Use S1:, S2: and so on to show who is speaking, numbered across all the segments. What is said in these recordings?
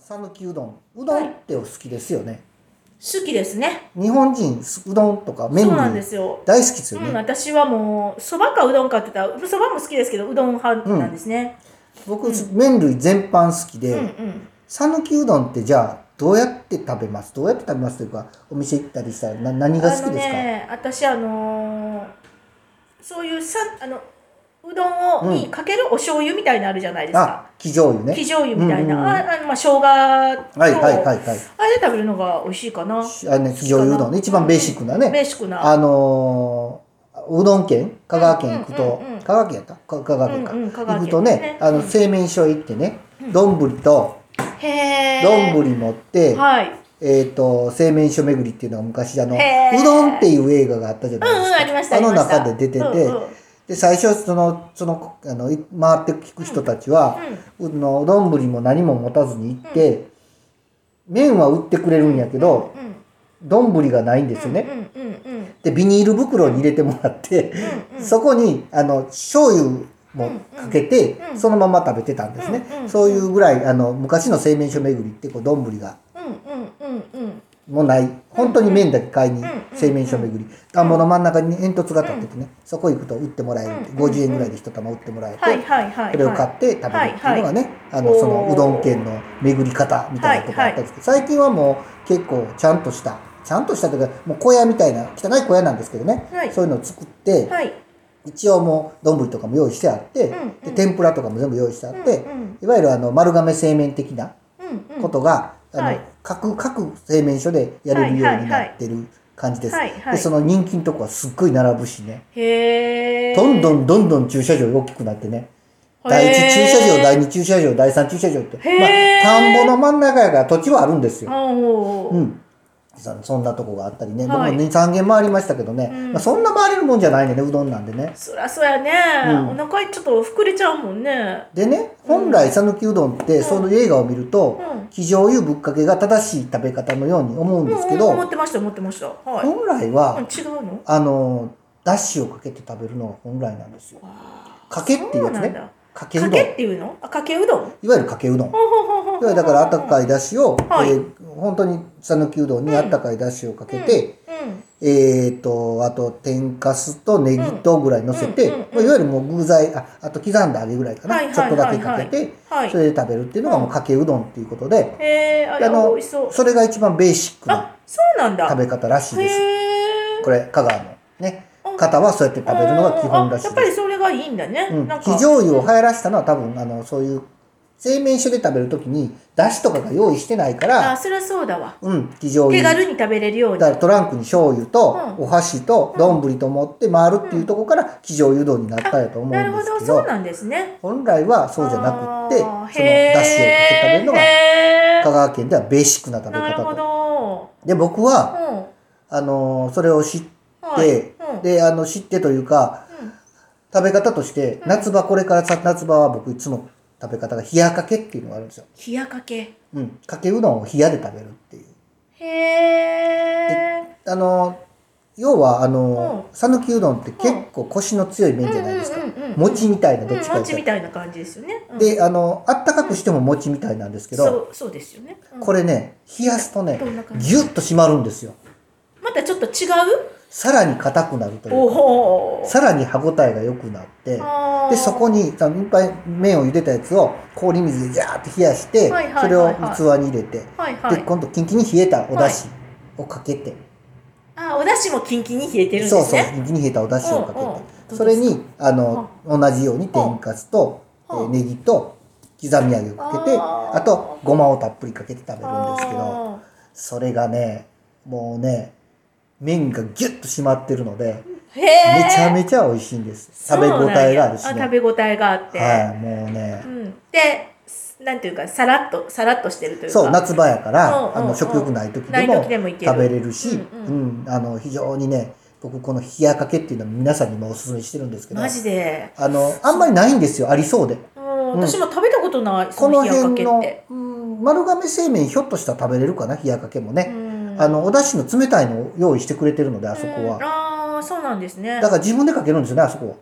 S1: 讃岐うどんうどんってお好きですよね、
S2: 好きですね
S1: 日本人すうどんとか
S2: そ
S1: 麺
S2: うなんで
S1: 類
S2: すよ、
S1: 大好きですよ
S2: うん、
S1: ね、
S2: 私はもうそばかうどんかって言ったらそばも好きですけどうどん派なんですね、
S1: 僕、麺類全般好き
S2: うん、うん
S1: で讃岐、うどんってじゃあどうやって食べますどうやって食べますというかお店行ったりしたらな何が
S2: あ
S1: 好
S2: の
S1: きですか、
S2: ね私あのーそういうさあのうどんを、
S1: うん
S2: にかけるお醤油みたいなのあるじゃないですか
S1: あ生醤油
S2: 生
S1: ね
S2: 醤油みたいな、
S1: うんうんうん
S2: ああのまあ生姜と、
S1: はいはいはいはい
S2: あれで食べるのが美味しいかな
S1: あのね生醤油うどんね一番ベーシックなね
S2: ベーシックな
S1: あのーうどん県香川県行くと、
S2: うんうんうん
S1: 香川県やったか香川県か、
S2: うんうん香川県
S1: 行くとね
S2: ね
S1: あ
S2: う
S1: の
S2: ん
S1: 製麺所行ってね丼、と
S2: へえ
S1: 丼持って、
S2: はい
S1: えー、と製麺所巡りっていうのが昔あの「う
S2: へー
S1: どん」っていう映画があったじゃ
S2: う
S1: なんいで
S2: う
S1: す
S2: ん
S1: か、
S2: ありました
S1: の
S2: りました
S1: 中で出てて、
S2: うんうん
S1: で最初そのそのあのい回って聞く人たちはうの丼、も何も持たずに行って、麺は売ってくれるんやけど
S2: うんうん
S1: 丼、がないんですよね。
S2: うんうんうんうん
S1: でビニール袋に入れてもらって、
S2: うんうん
S1: そこにあの醤油もかけて、
S2: うん
S1: そのまま食べてたんですね、
S2: うんうん
S1: そういうぐらいあの昔の製麺所巡りってこう丼が
S2: うんうんうんうん
S1: もうない本当に麺だけ買いに
S2: うんうん
S1: 製麺所巡り田んぼの真ん中に煙突が立っててねそこ行くと売ってもらえるって
S2: うん
S1: 50円ぐらいで一玉売ってもらえて
S2: はいはいはいはい
S1: それを買って食べるっていうのがねあのそのうどん県の巡り方みたいなとこあったんですけど最近はもう結構ちゃんとしたちゃんとしたというかもう小屋みたいな汚い小屋なんですけどね
S2: はい
S1: そういうのを作って
S2: はい
S1: 一応もう丼とかも用意してあって
S2: んうん
S1: で天ぷらとかも全部用意してあって
S2: うんうん
S1: いわゆるあの丸亀製麺的な
S2: うんうん
S1: ことが、
S2: うん
S1: あ
S2: は
S1: の
S2: い
S1: 各各製麺所でやれるようになってる感じです、
S2: はいはい
S1: でその人気のとこはすっごい並ぶしね、
S2: へえ
S1: どんどんどんどん駐車場が大きくなってね
S2: へー
S1: 第1駐車場第2駐車場第3駐車場って、
S2: へー
S1: まあ、田んぼの真ん中やから土地はあるんですよ、
S2: あお
S1: う
S2: ー
S1: ん、そそんなとこがあったりね、
S2: はい
S1: 僕も23軒回りましたけどね、
S2: うん
S1: まあ、そんな回れるもんじゃないねんねうどんなんでね
S2: そりゃそうやね
S1: う
S2: お腹ちょっと膨れちゃうもんね
S1: でね本来讃岐うどんって、その映画を見ると
S2: うん
S1: 生醤油ぶっかけが正しい食べ方のように思うん
S2: うん
S1: ですけ
S2: うん
S1: ど、
S2: 思ってました思ってましたはい
S1: 本来は、
S2: うん違うの
S1: あのだしをかけて食べるのが本来なんですよかけっていうやつ
S2: そうなん
S1: ね
S2: だ
S1: かけうど
S2: か
S1: ん
S2: けっていうのあかけうどん
S1: いわゆるかけうどん
S2: ほうほうほうほ
S1: い
S2: う
S1: わゆるだからあったか
S2: い
S1: いだしを、
S2: はい
S1: えー本当に讃岐うどんにあったかいだしをかけて、
S2: うん
S1: えー、とあと天かすとネギとぐらいのせて、
S2: うんうんうんうん
S1: まあいわゆるもう具材ああと刻んだ揚げぐらいかな、
S2: はいはい
S1: ちょっとだけかけて、
S2: はい
S1: それで食べるっていうのがもうかけうどんっていうことで、
S2: へえあ
S1: あの
S2: 美味しそう
S1: それが一番ベーシックな
S2: あそうなんだ
S1: 食べ方らしいです。
S2: へえ
S1: これ香川のね
S2: あ
S1: 方はそうやって食べるのが基本らし
S2: あや
S1: い
S2: っぱ
S1: で
S2: り
S1: す。
S2: それがいいんだね、
S1: うん、
S2: なん
S1: 非
S2: か
S1: 醤油を流行らしたのは多分あのそういう製麺所で食べるときにだしとかが用意してないか
S2: あ
S1: ら、
S2: そりゃそうだわ
S1: うん、非醤
S2: 手
S1: 油。
S2: 軽に食べれるよう
S1: だか
S2: に
S1: らトランクに醤油と
S2: うん
S1: お箸と丼と持って回るっていうところから非醤油うどんになったんやと思うん
S2: なるほ
S1: です
S2: ど
S1: け
S2: そ
S1: ど
S2: うなんですね
S1: 本来はそうじゃなくってその
S2: あ
S1: だしをかけて
S2: ー
S1: 食べるのが
S2: へー
S1: 香川県ではベーシックな食べ
S2: なるほ
S1: 方と。
S2: ど
S1: で僕
S2: う
S1: は
S2: ん
S1: あのそれを知って、
S2: はいうん
S1: であの知ってというか食べ方として、夏場これからさ夏場は僕いつも食べ方が冷やかけっていうのがあるんですよ、
S2: 冷やかけ
S1: うん、かけうどんを冷やで食べるっていう
S2: へえ
S1: あの要はあの
S2: うん
S1: 讃岐、うどんって結構コシの強い麺じゃないですか、
S2: うんうんうんうん
S1: 餅みたいなどっちか言
S2: も
S1: った
S2: ちみ
S1: ら、
S2: たいな感じですよね、うん
S1: であのあったかくしても餅みたいなんですけ
S2: そ
S1: ど、
S2: うそうですよね、うん
S1: これね冷やすとね
S2: どんな感じ
S1: ギュッと締まるんですよ
S2: またちょっと違う
S1: さらに硬くなるという
S2: お
S1: か
S2: お
S1: さらに歯ごたえが良くなって
S2: あー
S1: でそこにあのいっぱい麺を茹でたやつを氷水でジャーって冷やして、
S2: はいはいはいはい
S1: それを器に入れて、
S2: はいは
S1: で
S2: い
S1: 今度キンキンに冷えたお出汁をかけて、
S2: あお出汁もキンキンに冷えてるんです
S1: そ
S2: ね
S1: うそうキンキンに冷えたお出汁をかけて、
S2: うんうんどうです
S1: そ
S2: か
S1: れにあの、同じように天かすと、
S2: うん
S1: えーネギと刻み揚げをかけて
S2: あ
S1: あ
S2: ー
S1: とごまをたっぷりかけて食べるんですけど
S2: あ
S1: それがねもうね麺がギュッと締まってるので
S2: ーへえ
S1: めちゃめちゃ美味しいんです食べ応えがあるし
S2: そうなんやあ
S1: ね
S2: 食べ応えがあって、
S1: はいもうね
S2: うん、ですなんていうかさらっとさらっとしてるというか
S1: そう夏場やから、
S2: うんうんうん
S1: あの食欲ない時
S2: ない
S1: でも
S2: 時でもいける
S1: 食べれるし、
S2: うん
S1: うんあの非常にね僕この冷やかけっていうのは皆さんにもおすすめしてるんですけど
S2: マジで
S1: あのあんまりないんですよありそうで
S2: うん
S1: うん
S2: 私も食べたことない、
S1: こ
S2: その
S1: の
S2: 冷やか
S1: 辺
S2: け
S1: の
S2: って、
S1: うん丸亀製麺ひょっとしたら食べれるかな冷やかけもね、
S2: うん
S1: あのお出汁の冷たいのを用意してくれてるのであそこは、
S2: うんああそうなんですね
S1: だから自分でかけるんですよねあそこ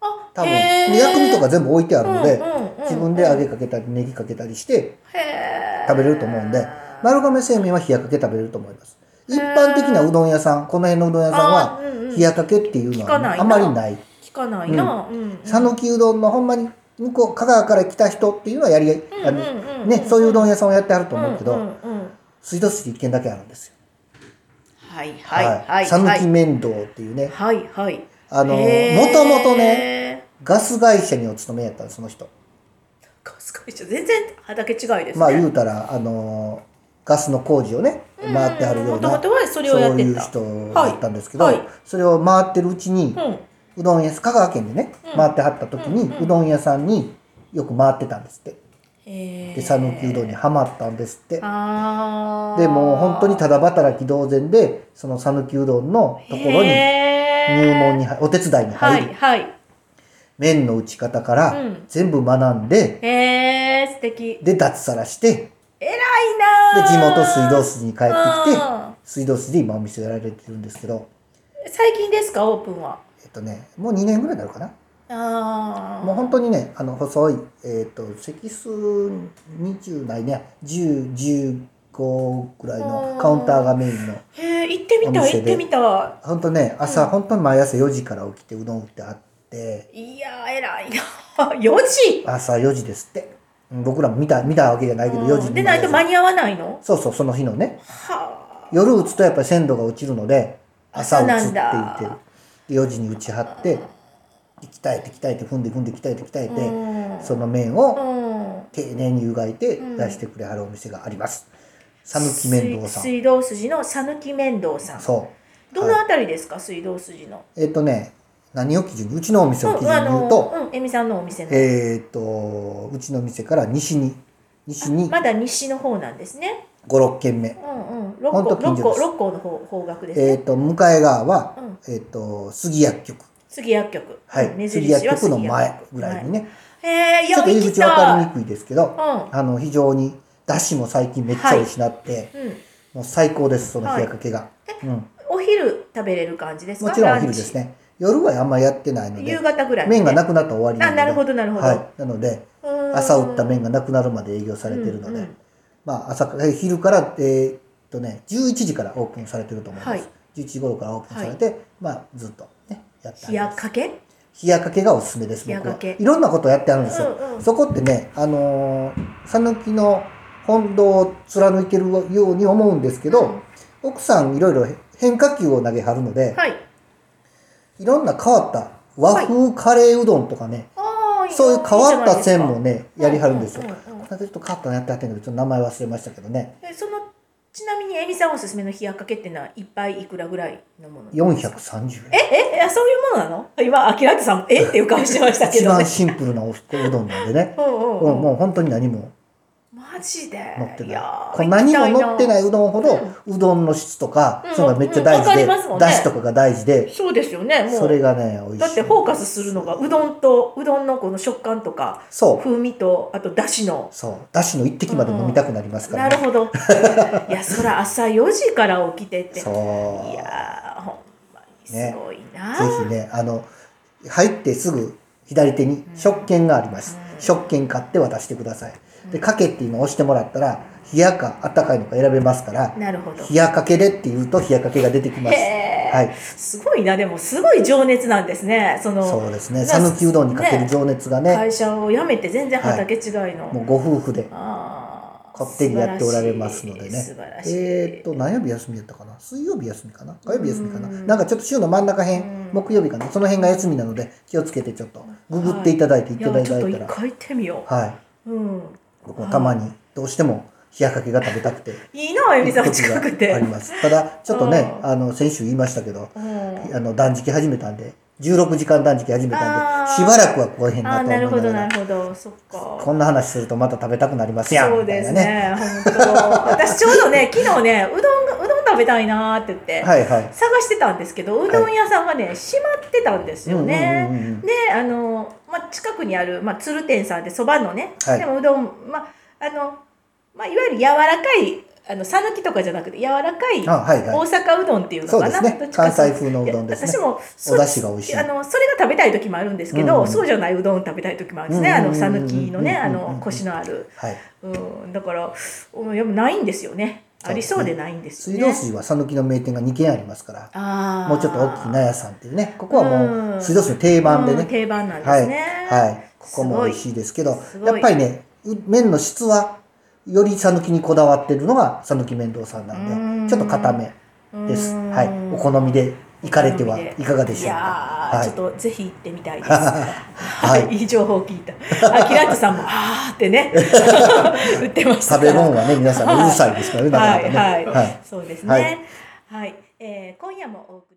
S1: は
S2: あ
S1: 多分
S2: へー
S1: で薬味とか全部置いてあるので、
S2: うんうんうん
S1: 自分で揚げかけたりネギかけたりして
S2: へ
S1: 食べれると思うんで丸亀製麺は冷やかけ食べれると思います一般的なうどん屋さんこの辺のうどん屋さん
S2: あーうんう
S1: は
S2: ん
S1: 冷やかけっていうの
S2: 聞かない
S1: は
S2: な
S1: あまりない
S2: 聞かないな。うんうん
S1: 讃岐うどんのほんまに向こう香川から来た人っていうのはやりあの
S2: うんうんうん
S1: ねそういううどん屋さんをやってはると思うけ
S2: ん
S1: ど
S2: んうん
S1: 水道水一軒だけあるんですよ
S2: はいはいはい。
S1: 讃岐麺堂っていうね
S2: はいはい。
S1: あの
S2: へー
S1: もともとね。ガス会社にお勤めやったのその人
S2: ガス会社全然畑違いですね。
S1: まあ言うたらあのガスの工事をね
S2: うん
S1: 回ってはるような
S2: もともとはそれをやってた。
S1: そういう人だったんですけど、
S2: はいはい
S1: それを回ってるうちに、
S2: うん。
S1: うどん屋香川県でね、
S2: うん
S1: 回ってはった時に、う
S2: うんうん
S1: どん屋さんによく回ってたんですって
S2: へー
S1: で讃岐うどんにはまったんですって
S2: あー
S1: でもう本当にただ働き同然でその讃岐うどんのところに入
S2: 入
S1: 門に入お手伝いに
S2: は
S1: 入り、
S2: いはい。
S1: 麺の打ち方から
S2: うん
S1: 全部学んで、
S2: へえ素敵。
S1: で脱サラして
S2: 偉いな
S1: で
S2: ー。
S1: 地元水道水に帰ってきて
S2: あ
S1: 水道水で今お店やられてるんですけど
S2: ー最近ですかオープンは。
S1: えっとねもう2年ぐらいになるかな
S2: ああ。
S1: もう本当にね、あの細い、えっ、と、席数20ないね、10、15ぐらいの
S2: うん
S1: カウンターがメインの。
S2: へえ行ってみた
S1: お
S2: い
S1: 店
S2: 行っ
S1: で
S2: てみた
S1: 本当ね、朝、
S2: うん
S1: 本当に毎朝4時から起きてうどん売ってあって、
S2: い。いやー偉いな。4時。
S1: 朝4時ですって。うん僕らも見た、見たわけじゃないけど、4時
S2: うん
S1: に
S2: でないと間に合わないの。
S1: そうそう、その日のね。
S2: はあ。
S1: 夜打つとやっぱり鮮度が落ちるので、朝
S2: 朝
S1: 打
S2: な
S1: つっ
S2: ん
S1: て言
S2: だ
S1: ってる。で4時に打ち張って、鍛えて鍛えて、踏んで踏んで鍛えて鍛えて、
S2: うん
S1: その麺を、
S2: うん。
S1: 丁寧に湯がいて
S2: うん
S1: 出してくれはるお店があります。讃岐麺堂さ
S2: 水
S1: ん。
S2: 水道筋の讃岐麺堂さん。
S1: そ
S2: どのあたりですか、水道筋の。
S1: う。えっ、とね、何を基準にうちのお店を基準に言うと、
S2: うん、えみさんのお店の。
S1: えっ、と、うちの店から西に、西に
S2: まだ西の方なんですね。
S1: 5、6軒目。
S2: うんうん。
S1: ほ
S2: 六
S1: んと
S2: 甲
S1: 近
S2: 六
S1: 所で
S2: 甲
S1: す
S2: 六甲の方方角です
S1: え
S2: ね。
S1: っ、と、向かい側は、
S2: うん
S1: えっ、と、杉薬局。
S2: 杉薬局。
S1: は
S2: うん
S1: い。
S2: 目
S1: 杉
S2: 印
S1: 薬
S2: は
S1: 局の
S2: 杉薬局
S1: 前ぐらいに。ね、
S2: はい、えー、い
S1: ちょ
S2: や
S1: っと入
S2: 行
S1: り
S2: き
S1: 口わかり
S2: た
S1: にくいですけど、
S2: う
S1: あの、非常に、だしも最近めっちゃ美味しなって、
S2: い。うん。
S1: もう最高です、その日焼けが。うん。
S2: お昼食べれる感じですか。
S1: もちろんお昼です
S2: ラン
S1: ね。夜はあんまりやってないの
S2: チ。
S1: で
S2: 夕、方ぐらい。
S1: 麺がなくなったら終わり
S2: あ、なるほ
S1: ど。
S2: どなるほど。
S1: はい。なので、
S2: うん
S1: 朝打った麺がなくなるまで営業されているので、
S2: うんうん
S1: まあ、朝から、え昼から、えーっとね、11時からオープンされてると思います。
S2: はい
S1: 11時頃からオープンされて、まあ、ずっとね、やってあ
S2: 冷
S1: り
S2: や
S1: ます。
S2: かけ。
S1: 冷やかけがおすすめです、僕
S2: 冷や
S1: は
S2: かけ。
S1: いろんなことをやってあるんですよ。
S2: うんうん
S1: そこってね、あのー、讃岐の本堂を貫いてるように思うんですけど、
S2: うん
S1: 奥さんいろいろ変化球を投げはるので、
S2: はい。
S1: いろんな変わった和風カレーうどんとかね、
S2: あー
S1: そういう変わった線。
S2: い
S1: も
S2: い
S1: ね、
S2: いいじゃ
S1: や
S2: ないですか
S1: りはるんですよ。こ
S2: うんうんうん
S1: の間ちょっと変わったのやってはったんやけど、ちょっと名前忘れましたけどね。
S2: えそのちなみにえみさんおすすめの冷やかけっていうのはいっぱいいくらぐらいのものなんですか
S1: 430
S2: え
S1: 円。
S2: ええそういうものなの今明らかさんもえっていう顔してましたけ
S1: 一
S2: ど、ね、。
S1: 番シンプルなおうどんなんでね
S2: うん
S1: う、
S2: うんん、うん、
S1: もう本当に何も
S2: マジで
S1: 乗って
S2: い
S1: ない
S2: や。
S1: こう何も乗ってないいうどんほど、うどんの質とか
S2: うん、
S1: そういうのがめっちゃ大事
S2: うんわかりますも
S1: で、
S2: ん
S1: だ
S2: ね
S1: しとかが大事で、
S2: そうですよねもう
S1: それがね、美味しい。
S2: だってフォーカスするのがうどんとうどんのこの食感とか
S1: そう。
S2: 風味とあとだしの
S1: そう。だしの一滴まで飲みたくなりますか
S2: な
S1: ら
S2: る
S1: ね。
S2: ほ どいやそら朝4時から起きてってい
S1: そ
S2: や
S1: う。
S2: ーほんまにすごいな、
S1: ぜひね、あの、入ってすぐ左手に食券があります。
S2: うん
S1: 食券買って渡してください。で、かけっていうのを押してもらったら、冷やかあったかいのか選べますから、
S2: なるほど
S1: 冷やかけでって言うと冷やかけが出てきます。
S2: へー
S1: はい。
S2: すごいなでもすごい情熱なんですねその
S1: そうですね。
S2: な
S1: 讃岐うどんにかける情熱がね、
S2: 会社を辞めて全然畑違いの、
S1: もうご夫婦で
S2: ああ
S1: 勝手にやっておられますのでね。
S2: 素晴らしい
S1: えーっと、何曜日休みやったかな水曜日休みかな火曜日休みかな
S2: うん
S1: なんかちょっと週の真ん中辺
S2: うん、
S1: 木曜日かなその辺が休みなので、気をつけてちょっと、ググっていただいて、いただいた
S2: やちょっ
S1: い
S2: と
S1: た
S2: 一
S1: ら。
S2: 回行ってみよ
S1: はい。
S2: う、うん、
S1: 僕もたまにどうしても冷やかけが食べたく て
S2: いいなあゆみさん
S1: 時
S2: 近
S1: が
S2: くて
S1: ありますただちょっとね
S2: うん
S1: あの先週言いましたけど
S2: うん
S1: あの断食始めたんで16時間断食始めたん
S2: あ
S1: で
S2: ー
S1: しばらくは来えへん
S2: あ
S1: な
S2: あ
S1: と
S2: なる
S1: 思
S2: ほ
S1: いなが
S2: どな
S1: ら
S2: るほどそっか
S1: こんな話するとまた食べたくなりますやん
S2: そう
S1: みた
S2: で
S1: いな
S2: す
S1: ね
S2: ね本当私ちょうどね昨日ねうどんうどん食べたいなーって言って、
S1: はいはい
S2: 探してたんですけどうどん屋さんがね、閉まってたんですよね、
S1: うんうんうんうん
S2: であの、まあ、近くにある、まあ、鶴店さんでそばのね、
S1: はい
S2: でもうどん、まああのまあ、いわゆる柔らかいあの讃岐とかじゃなくて柔らかい
S1: あはいはい
S2: 大阪うどんっていうの
S1: そう
S2: か
S1: です
S2: な、
S1: ね
S2: どっちか
S1: 関
S2: ってい
S1: 西風
S2: うと
S1: のうどんです
S2: いや
S1: ね
S2: 私も
S1: お出汁が美味しい
S2: あのそれが食べたい時もあるんですけど、
S1: うんうん
S2: そうじゃないうどん食べたい時もあるんですね、
S1: うんうんうん
S2: あの讃岐のね、
S1: うんうんうん
S2: あのコシのある、
S1: はい
S2: うん、だから、うん、やっぱないんですよねありそうでないんです
S1: 水
S2: よ
S1: 道
S2: ね
S1: 水は讃岐の名店が2軒ありますから
S2: あー
S1: もうちょっと大きい納屋さんっていうねここはも
S2: う
S1: うん水道水の定番で
S2: うん
S1: ね、
S2: 定番なんで
S1: は
S2: す
S1: い、
S2: ね、
S1: はい、ここも美味しいですけど
S2: すごい
S1: やっぱりねう麺の質はより讃岐にこだわってるのが讃岐麺堂さんなん
S2: うん
S1: でちょっと固めです、
S2: うん
S1: はい、お好みで行かれてはいかがでしょう
S2: いや
S1: か
S2: ー、
S1: はい
S2: ちょっとぜひ行ってみたいです。
S1: は
S2: はいい、いい情報を聞いた。あ、キラッチさんも、あーって ね、売ってまし
S1: 食
S2: たか
S1: べ
S2: ら。
S1: 物はね皆さんうるさいですからねなかなかね
S2: はい、はい、
S1: はい
S2: そうです
S1: はい
S2: ね。はい、えー今夜もお送り。